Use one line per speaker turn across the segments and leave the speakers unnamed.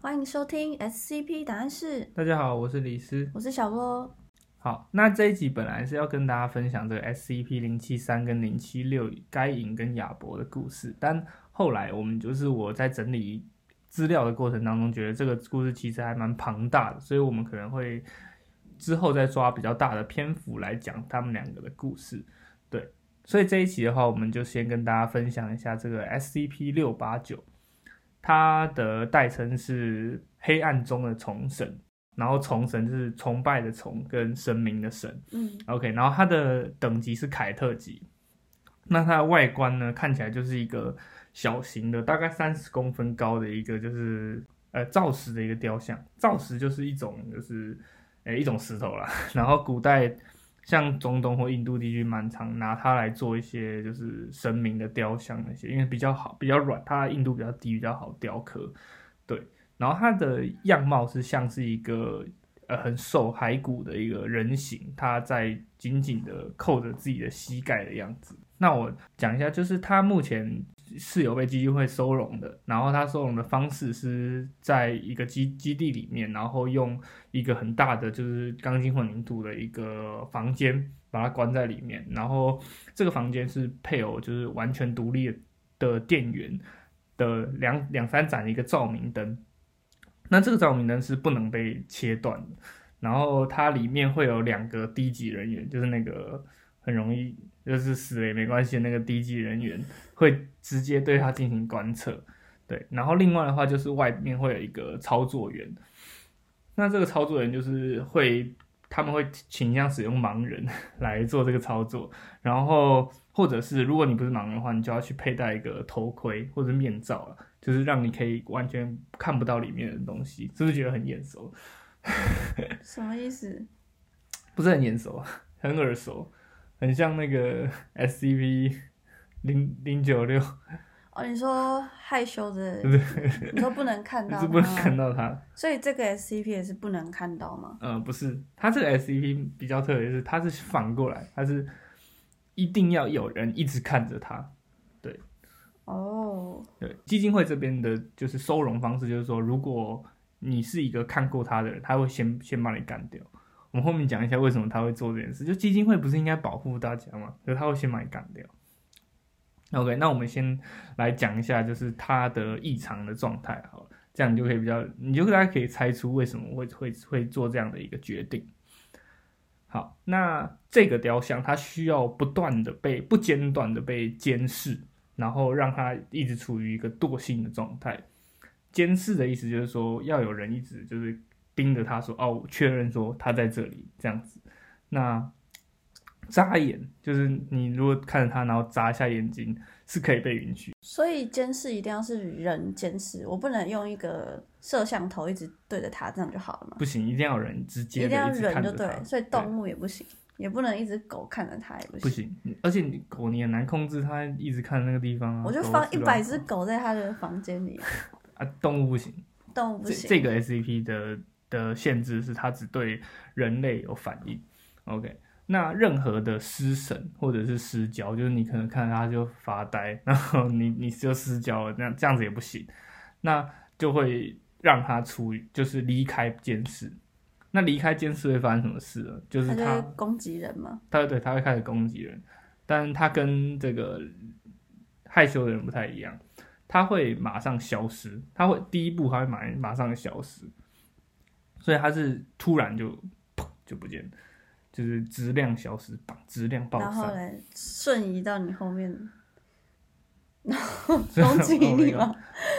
欢迎收听 SCP 档案室，
大家好，我是李斯。
我是小波。
好，那这一集本来是要跟大家分享这个 SCP 零七三跟零七六该隐跟亚伯的故事，但后来我们就是我在整理资料的过程当中，觉得这个故事其实还蛮庞大的，所以我们可能会之后再抓比较大的篇幅来讲他们两个的故事。对，所以这一期的话，我们就先跟大家分享一下这个 SCP 六八九，它的代称是黑暗中的重生。然后崇神就是崇拜的崇跟神明的神
嗯，
，OK，然后它的等级是凯特级，那它的外观呢看起来就是一个小型的，大概三十公分高的一个就是呃造石的一个雕像，造石就是一种就是呃一种石头啦， 然后古代像中东或印度地区蛮常拿它来做一些就是神明的雕像那些，因为比较好比较软，它硬度比较低，比较好雕刻，对。然后它的样貌是像是一个呃很瘦骸骨的一个人形，它在紧紧的扣着自己的膝盖的样子。那我讲一下，就是它目前是有被基金会收容的，然后它收容的方式是在一个基基地里面，然后用一个很大的就是钢筋混凝土的一个房间把它关在里面，然后这个房间是配有就是完全独立的电源的两两三盏的一个照明灯，那这个照明灯是不能被切断的，然后它里面会有两个低级人员，就是那个很容易就是死了也没关系的那个低级人员，会直接对它进行观测。对，然后另外的话就是外面会有一个操作员，那这个操作员就是会他们会倾向使用盲人 来做这个操作，然后或者是如果你不是盲人的话，你就要去佩戴一个头盔或者面罩了。就是让你可以完全看不到里面的东西，是不是觉得很眼熟？
什么意思？
不是很眼熟， 很耳熟，很像那个 SCP 零零九六，
哦，你说害羞的，
对
你说不能看到，
是不能看，到它。
所以这个 SCP 也是不能看到吗？
嗯、不是，它这个 SCP 比较特别，是它是反过来，它是一定要有人一直看着它。
哦，
对，基金会这边的就是收容方式，就是说，如果你是一个看过他的人，他会先先把你干掉。我们后面讲一下为什么他会做这件事。就基金会不是应该保护大家吗？可是他会先把你干掉。OK，那我们先来讲一下，就是他的异常的状态好了，这样你就可以比较，你就大家可以猜出为什么会会会做这样的一个决定。好，那这个雕像它需要不断的被不间断的被监视，然后让它一直处于一个惰性的状态。监视的意思就是说，要有人一直就是盯着他说，哦，确认说他在这里这样子。那眨眼就是你如果看着他，然后眨一下眼睛是可以被允许。
所以监视一定要是人监视，我不能用一个摄像头一直对着它，这样就好了嘛？
不行，一定要有人直
一
接
定要
的直
人
看
就
着
对
他
了，。所以动物也不行，也不能一只狗看着它也不
不
行。
行，而且你狗你很难控制它一直看那个地方啊。
我就
狗
放
吃
一
到
百只狗在它的房间里，
啊，动物不行。
动物不
这
行。
这个 SCP 的的限制是它只对人类有反应。OK，那任何的失神或者是失焦，就是你可能看到它就发呆，然后你你就失焦了，那这样子也不行，那就会让它处于就是离开监视。那离开监视会发生什么事呢？就是
它就
它
会攻击人嘛。
他对他会开始攻击人，但他跟这个害羞的人不太一样，他会马上消失，他会第一步他会马马上消失，所以他是突然就砰就不见了，就是质量消失，砰质量爆
然后
散，
嘞，瞬移到你后面，
所以
攻击
Oh my
你
God
吗？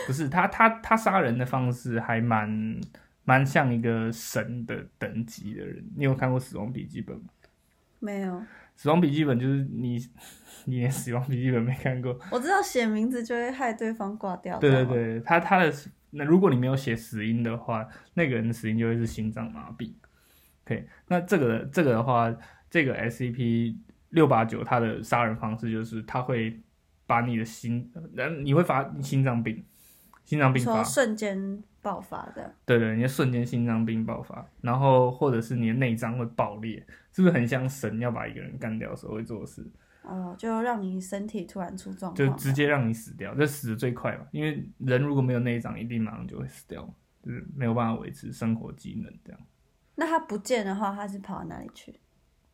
不是他，他他杀人的方式还蛮蛮像一个神的等级的人。你有看过《死亡笔记本》吗？
没有，
《死亡笔记本》就是你 你连《死亡笔记本》没看过，
我知道写名字就会害对方挂掉。
对对
知道吗，
对，他他的那如果你没有写死因的话，那个人的死因就会是心脏麻痹。OK，那这个这个的话，这个 SCP 六八九它的杀人方式就是他会把你的心，然后你会发心脏病，心脏病
说，
发
瞬间爆发的，
对对，你就瞬间心脏病爆发，然后或者是你的内脏会爆裂，是不是很像神要把一个人干掉的时候会做的事？
哦，就让你身体突然出状况
就
嘛，
直接让你死掉，这死的最快嘛，因为人如果没有内脏，一定马上就会死掉嘛。就是没有办法维持生活机能这样。
那他不见的话，他是跑到哪里去？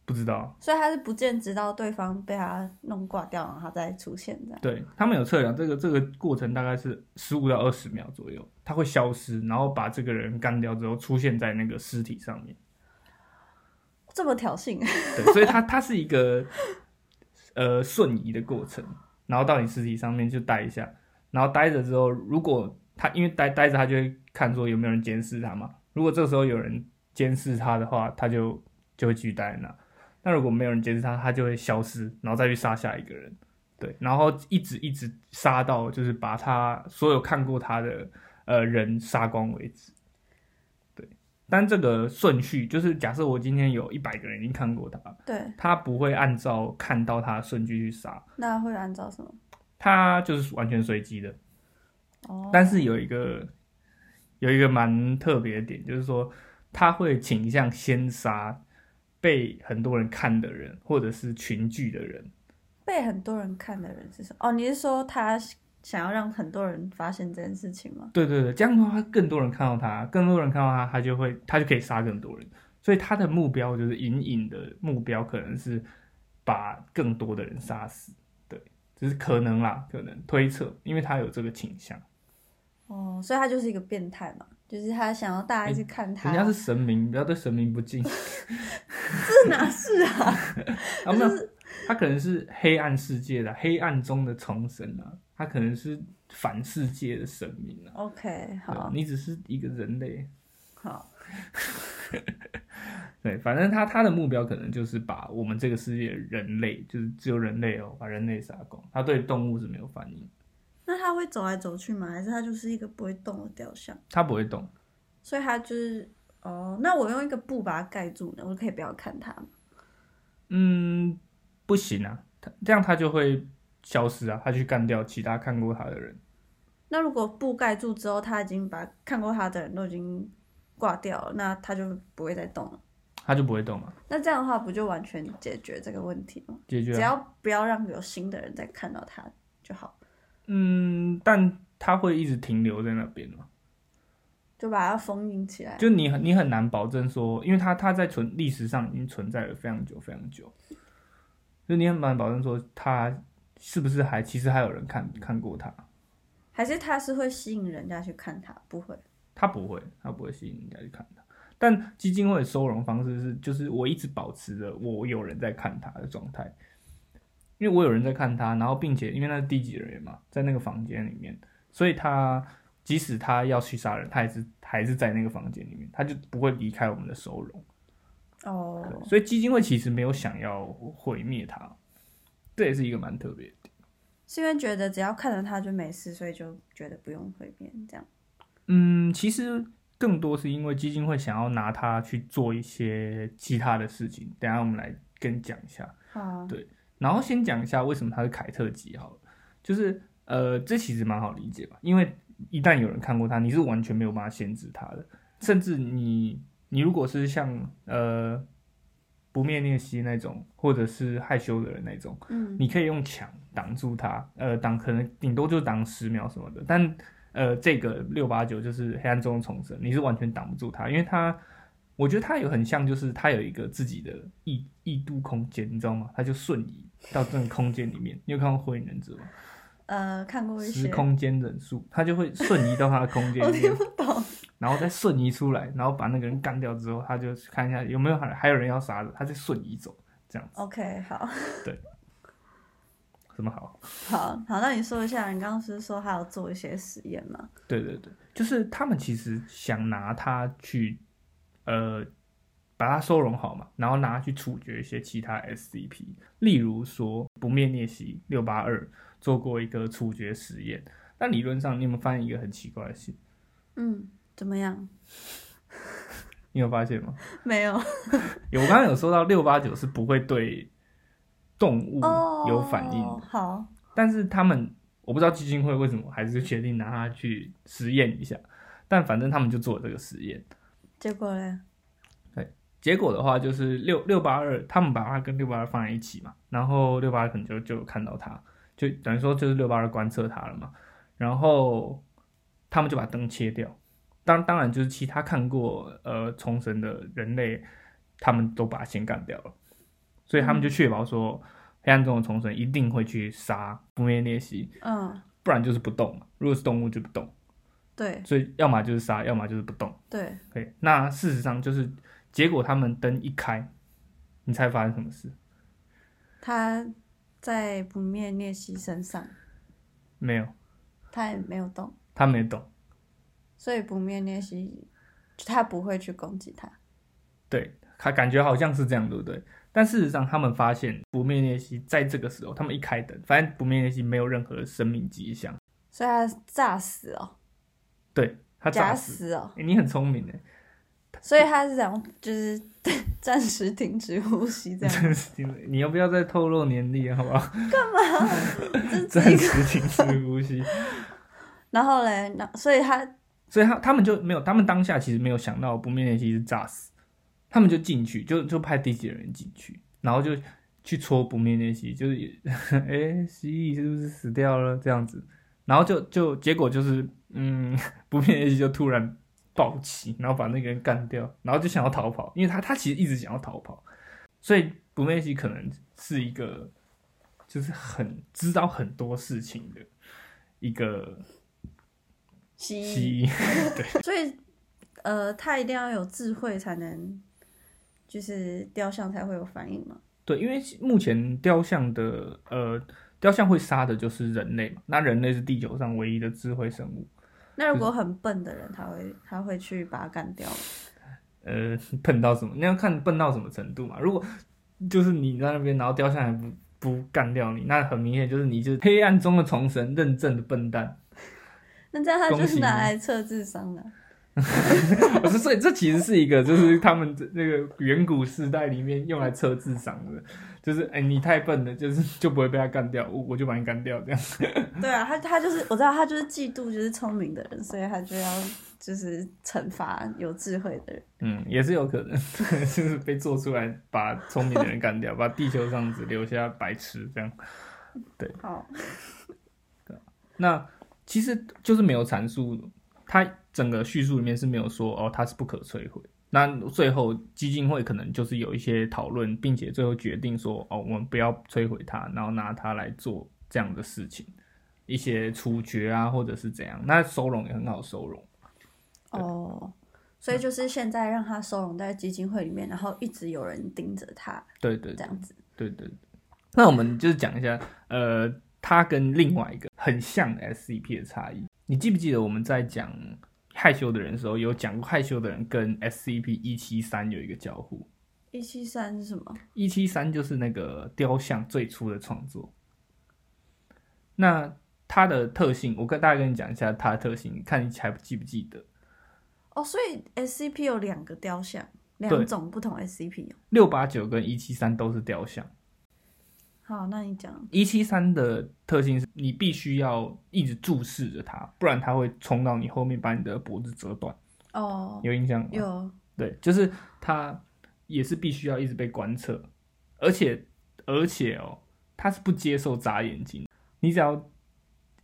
不知道，
所以他是不见，直到对方被他弄挂掉，然后他再出现这样。
对他们有测量这个这个过程大概是十五到二十秒左右，它会消失，然后把这个人干掉之后出现在那个尸体上面。
这么挑衅，
对，所以它它是一个呃瞬移的过程，然后到你尸体上面去待一下，然后待着之后，如果他因为待待着，他就会看说有没有人监视他嘛。如果这时候有人监视他的话，他就就会继续待在那。那如果没有人监视他，他就会消失，然后再去杀下一个人。对，然后一直一直杀到就是把他所有看过他的呃人杀光为止。对，但这个顺序就是假设我今天有一百个人已经看过他，
对，
他不会按照看到他的顺序去杀，
那会按照什么？
他就是完全随机的。
哦，
但是有一个有一个蛮特别的点，就是说他会倾向先杀被很多人看的人，或者是群聚的人。
被很多人看的人是什么？哦，你是说他想要让很多人发现这件事情吗？
对对对，这样的话，更多人看到他，更多人看到他，他就会他就可以杀更多人。所以他的目标就是隐隐的目标，可能是把更多的人杀死。对，只是可能啦，可能推测，因为他有这个倾向。
哦，所以他就是一个变态嘛，就是他想要大家一直看他。
哎人家是神明，不要对神明 不敬
这哪是啊？
啊！没有，他可能是黑暗世界的黑暗中的重生啊，他可能是反世界的神明啊。
OK，
对
好，
你只是一个人类。
好，
对，反正他他的目标可能就是把我们这个世界的人类，就是只有人类哦，把人类杀光。他对动物是没有反应，
那他会走来走去吗？还是他就是一个不会动的雕像？
他不会动。
所以他就是哦，那我用一个布把它盖住呢，我就可以不要看他嘛。
嗯，不行啊，他这样他就会消失啊，他去干掉其他看过他的人。
那如果布盖住之后，他已经把看过他的人都已经挂掉了，那他就不会再动了。
他就不会动嘛，
那这样的话，不就完全解决这个问题吗？
解决、啊。
只要不要让有新的人再看到他就好，
嗯，但它会一直停留在那边哦嘛？
就把它封印起来。
就你很你很难保证说，因为它它在存历史上已经存在了非常久非常久，就你很难保证说它是不是还其实还有人看看过它，
还是他是会吸引人家去看他？不会，
它不会，它不会吸引人家去看它。但基金会的收容方式是，就是我一直保持着我有人在看它的状态，因为我有人在看它，然后并且因为那是低级人员嘛，在那个房间里面，所以他即使他要去杀人，他还是还是在那个房间里面，他就不会离开我们的收容。
哦，
对所以基金会其实没有想要毁灭它，这也是一个蛮特别的点。
是因为觉得只要看着他就没事，所以就觉得不用会变这样。
嗯，其实更多是因为基金会想要拿它去做一些其他的事情。等一下我们来跟你讲一下。
好啊，
然后先讲一下为什么它是凯特级好了，就是呃，这其实蛮好理解吧，因为一旦有人看过它，你是完全没有办法限制它的，甚至你你如果是像呃不灭念西那种，或者是害羞的人那种，
嗯，
你可以用墙挡住它，呃，挡可能顶多就挡十秒什么的，但呃，这个六八九就是黑暗中的重生，你是完全挡不住它，因为它，我觉得它有很像，就是它有一个自己的异异度空间，你知道吗？它就瞬移到这个空间里面。你有看过《火影忍者》吗？
呃，看过一
时
些，
空间忍术，它就会瞬移到它的空间
我
里
听
面，
不懂。
然后再瞬移出来，然后把那个人干掉之后，它就看一下有没有还还有人要杀的，它再瞬移走，这样子，
OK，好，
什么好？
好，好，那你说一下，你刚刚不是说还有做一些实验吗？
对对对，就是他们其实想拿它去，呃，把它收容好嘛，然后拿它去处决一些其他 SCP，例如说不灭裂隙六八二做过一个处决实验。那理论上，你有没有发现一个很奇怪的事？
嗯，怎么样？
你有发现吗？
没有，
有，我刚刚有说到六八九是不会对动物
哦，
嗯有反应的，
好，
但是他们我不知道基金会为什么还是决定拿它去实验一下，但反正他们就做了这个实验。
结果嘞，
结果的话就是六六八二，他们把它跟六八二放在一起嘛，然后六八二可能就就有看到它，就等于说就是六八二观测它了嘛，然后他们就把灯切掉，当当然就是其他看过呃重生的人类，他们都把它先干掉了，所以他们就确保说黑暗中的重生一定会去杀不灭裂隙，
嗯，
不然就是不动嘛。如果是动物就不动，
对
所以要么就是杀，要么就是不动。
对，
可以。那事实上就是结果他们灯一开，你猜发生什么事？
他在不灭涅西身上，
没有，
他也没有动，
他没动。
所以不灭涅西他不会去攻击他。
对，他感觉好像是这样，对不对？但事实上，他们发现不灭裂隙在这个时候，他们一开灯，反正不灭裂隙没有任何生命迹象，
所以他炸死哦，
对他炸
假
死。
死哦，
欸你很聪明哎，
所以他是想就是 暂时停止呼吸这样，
真是你要不要再透露年龄好不好？
这
暂
这一个。
时停止呼吸。
然后嘞，那所以他
所以他他们就没有，他们当下其实没有想到不灭裂隙是炸死，他们就进去，就就派第几人进去，然后就去戳不灭裂隙，就是 哎、蜥蜴是不是死掉了这样子，然后就就结果就是嗯， 不灭裂隙就突然暴起，然后把那个人干掉，然后就想要逃跑，因为他他其实一直想要逃跑，所以不灭裂隙可能是一个就是很知道很多事情的一个
蜥蜴，
蜥蜴。
所以呃，他一定要有智慧才能，就是雕像才会有反应嘛。
对，因为目前雕像的呃，雕像会杀的就是人类嘛，那人类是地球上唯一的智慧生物。
那如果很笨的人，他会他会去把它干掉吗。
呃， 笨到什么？那要看笨到什么程度嘛。如果就是你在那边，然后雕像还不不干掉你，那很明显就是你就是黑暗中的重神，认证的笨蛋。
那这样他就
恭喜
是
你
拿来测智商啊的。
不是，所以这其实是一个，就是他们这那个远古时代里面用来测智商的，就是哎、你太笨了，就是 就不会被他干掉，我我就把你干掉这样。
对啊，他他就是我知道他就是嫉妒就是聪明的人，所以他就要就是惩罚有智慧的人。
嗯，也是有可能， 就是被做出来把聪明的人干掉，把地球上只留下白痴这样。
好，
那其实就是没有阐述，它整个叙述里面是没有说哦，它是不可摧毁。那最后基金会可能就是有一些讨论，并且最后决定说哦，我们不要摧毁它，然后拿它来做这样的事情，一些处决啊，或者是怎样。那收容也很好收容。
哦，所以就是现在让他收容在基金会里面，然后一直有人盯着他
对对
这样子。
对对对。那我们就是讲一下，呃，它跟另外一个很像的 SCP 的差异。你记不记得我们在讲害羞的人的时候，有讲过害羞的人跟 SCP 一七三有一个交互？
一七三是什么？
一七三就是那个雕像最初的创作。那它的特性，我跟大家跟你讲一下它的特性，看你还记不记得？
哦，所以 SCP 有两个雕像，
对
两种不同 SCP 哦。
六八九跟一七三都是雕像。
好，那你讲
一七三的特性是你必须要一直注视着它，不然它会冲到你后面，把你的脖子折断。
哦，
有印象吗？
有
对，就是它也是必须要一直被观测，而且而且哦，它是不接受眨眼睛的，你只要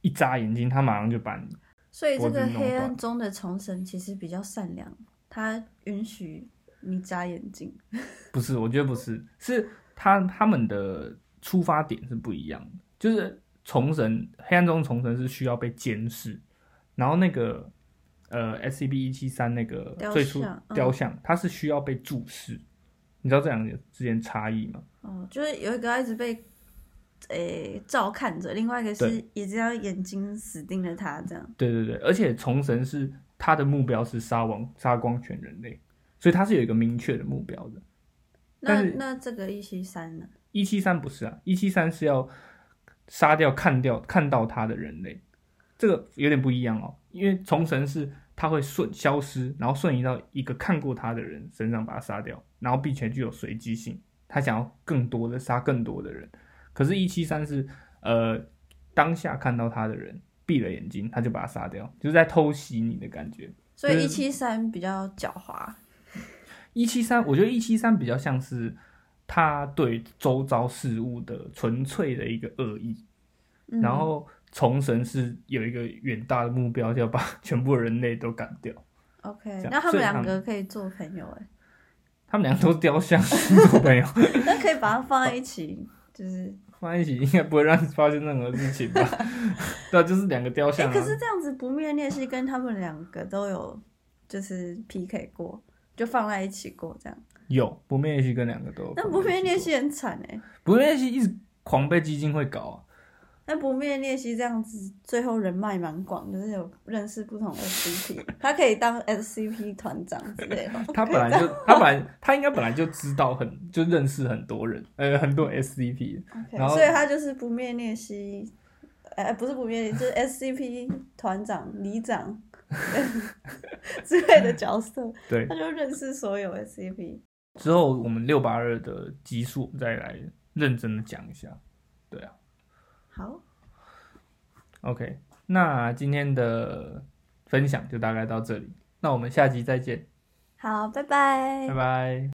一眨眼睛，它马上就把你。
所以这
脖子
个
弄断
黑暗中的重神其实比较善良，他允许你眨眼睛。
不是，我觉得不是，是他他们的出发点是不一样的。就是重神黑暗中重神是需要被监视，然后那个呃 S C B 一七三那个
雕
最初
像嗯
雕像，它是需要被注视。你知道这两个之间差异吗？
哦，就是有一个要一直被诶、照看着，另外一个是
对
一直要眼睛死盯着他这样。
对对对，而且重神是他的目标是杀亡杀光全人类，所以他是有一个明确的目标的。
那
但是
那这个一七三呢？
一七三不是啊，一七三是要杀掉看掉看到他的人类，这个有点不一样哦。因为虫神是他会瞬消失，然后瞬移到一个看过他的人身上把他杀掉，然后并且具有随机性，他想要更多的杀更多的人。可是，一七三是呃当下看到他的人闭了眼睛，他就把他杀掉，就是在偷袭你的感觉。
所以一
就是
七三比较狡猾。
一七三，我觉得一七三比较像是他对周遭事物的纯粹的一个恶意。
嗯、
然后虫神是有一个远大的目标，要把全部人类都干掉。
嗯 OK，
这样
那他
所
们
以他
两
们
个可以做朋友哎，
他们两个都是雕像， 朋友
那可以把它放在一起，就是
放在一起应该不会让你发现任何事情吧？ 对啊，就是两个雕
哎、
像、啊。
可是这样子不灭裂隙跟他们两个都有就是 PK 过，就放在一起过这样。
有不灭裂隙跟两个都有。
但不灭裂，隙很惨哎、
不灭裂隙一直狂被基金会搞啊。
但不灭裂隙这样子，最后人脉蛮广，就是有认识不同 SCP，他可以当 SCP 团长之类的。
他本来就他本来他应该本来就知道很就认识很多人，呃，很多 SCP。
OK，
然后
所以他就是不灭裂隙，哎、不是不灭裂隙，就是 SCP 团长、里长之类的角色，
对
他，就认识所有 SCP。
之后我们六八二的集数我们再来认真的讲一下。对啊
好，
，OK，那今天的分享就大概到这里，那我们下集再见，
好，拜拜
拜。拜。